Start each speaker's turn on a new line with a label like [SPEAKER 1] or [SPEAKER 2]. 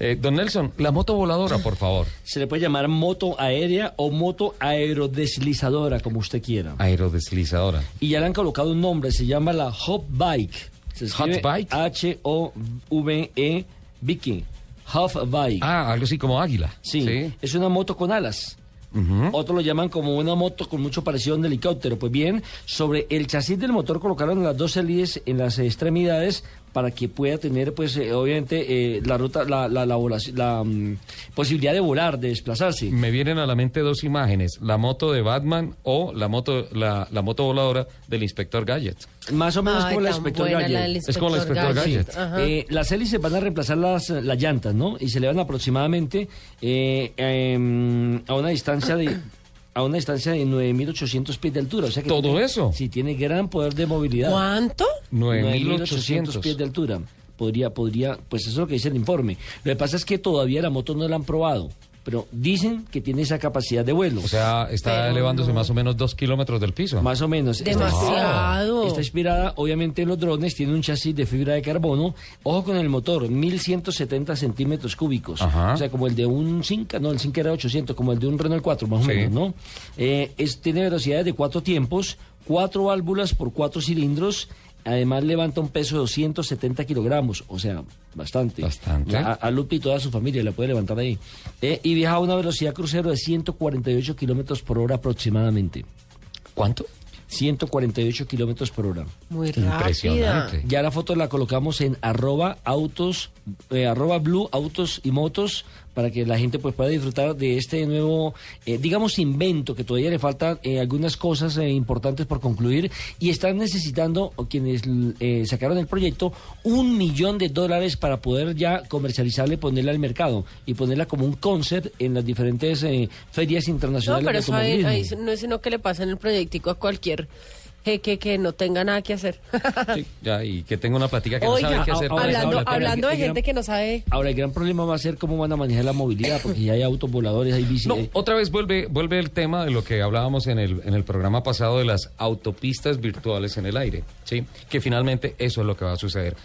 [SPEAKER 1] Eh, don Nelson, la moto voladora, por favor.
[SPEAKER 2] Se le puede llamar moto aérea o moto aerodeslizadora, como usted quiera.
[SPEAKER 1] Aerodeslizadora.
[SPEAKER 2] Y ya le han colocado un nombre, se llama la Hop Bike. Se
[SPEAKER 1] Hot
[SPEAKER 2] escribe
[SPEAKER 1] Bike?
[SPEAKER 2] H-O-V-E Viking. E, Hop Bike.
[SPEAKER 1] Ah, algo así como águila.
[SPEAKER 2] Sí, es una moto con alas.
[SPEAKER 1] ¿Mm?
[SPEAKER 2] Otros lo llaman como una moto con mucho parecido a un helicóptero. Pues bien, sobre el chasis del motor colocaron las dos hélices en las extremidades para que pueda tener, pues, eh, obviamente, eh, la ruta, la, la, la volaci- la, mm, posibilidad de volar, de desplazarse.
[SPEAKER 1] Me vienen a la mente dos imágenes, la moto de Batman o la moto, la, la moto voladora del inspector Gadget.
[SPEAKER 2] Más o menos
[SPEAKER 3] Ay,
[SPEAKER 2] como la
[SPEAKER 3] tan
[SPEAKER 2] inspector
[SPEAKER 3] buena la
[SPEAKER 2] Gadget.
[SPEAKER 3] del
[SPEAKER 1] Es como la
[SPEAKER 3] inspector
[SPEAKER 1] inspector
[SPEAKER 3] Gadget.
[SPEAKER 1] Gadget.
[SPEAKER 3] Ajá.
[SPEAKER 2] Eh, las hélices van a reemplazar las, las llantas, ¿no? Y se le van aproximadamente eh, em, a una distancia de a una distancia de 9.800 pies de altura. O sea que
[SPEAKER 1] ¿Todo
[SPEAKER 2] tiene-
[SPEAKER 1] eso?
[SPEAKER 2] Sí, tiene gran poder de movilidad.
[SPEAKER 3] ¿Cuánto?
[SPEAKER 1] 9.800.
[SPEAKER 2] pies de altura. Podría, podría, pues eso es lo que dice el informe. Lo que pasa es que todavía la moto no la han probado, pero dicen que tiene esa capacidad de vuelo.
[SPEAKER 1] O sea, está
[SPEAKER 3] Pero
[SPEAKER 1] elevándose
[SPEAKER 3] no.
[SPEAKER 1] más o menos dos kilómetros del piso.
[SPEAKER 2] más o menos. Está-
[SPEAKER 3] Demasiado.
[SPEAKER 2] Está inspirada, obviamente, en los drones. Tiene un chasis de fibra de carbono. Ojo con el motor, 1170 centímetros cúbicos.
[SPEAKER 1] Ajá.
[SPEAKER 2] O sea, como el de un 5, no, el 5 era 800, como el de un Renault 4, más o
[SPEAKER 1] Sí.
[SPEAKER 2] menos, ¿no? Eh, es- tiene velocidades de cuatro tiempos, cuatro válvulas por cuatro cilindros. Además, levanta un peso de 270 kilogramos, o sea, bastante.
[SPEAKER 1] Bastante.
[SPEAKER 2] A, a Lupi y toda su familia la puede levantar ahí. Eh, y viaja a una velocidad crucero de 148 kilómetros por hora aproximadamente.
[SPEAKER 1] ¿Cuánto?
[SPEAKER 2] 148 kilómetros por hora.
[SPEAKER 3] Muy rápida.
[SPEAKER 1] Impresionante.
[SPEAKER 2] Ya la foto la colocamos en arroba autos, eh, arroba blue autos y motos para que la gente pues pueda disfrutar de este nuevo, eh, digamos, invento que todavía le faltan eh, algunas cosas eh, importantes por concluir y están necesitando o quienes l- eh, sacaron el proyecto un millón de dólares para poder ya comercializarla y ponerla al mercado y ponerla como un concept en las diferentes eh, ferias
[SPEAKER 3] No,
[SPEAKER 2] internacionales.
[SPEAKER 3] pero
[SPEAKER 2] de
[SPEAKER 3] eso ahí,
[SPEAKER 2] automovilismo.
[SPEAKER 3] ahí no es sino que le pasen el proyectico a cualquier jeque que no tenga nada que hacer.
[SPEAKER 1] Sí, ya, y que tenga una platica que no sabe qué
[SPEAKER 2] a-
[SPEAKER 1] hacer. con esa
[SPEAKER 3] hablando,
[SPEAKER 1] platica.
[SPEAKER 3] hablando de
[SPEAKER 2] Oiga.
[SPEAKER 3] gente que no sabe.
[SPEAKER 2] Ahora, el gran problema va a ser cómo van a manejar la movilidad, porque ya hay autos voladores, hay bicis.
[SPEAKER 1] No,
[SPEAKER 2] hay-
[SPEAKER 1] otra vez vuelve, vuelve el tema de lo que hablábamos en el, en el programa pasado de las autopistas virtuales en el aire, ¿sí? Que finalmente eso es lo que va a suceder.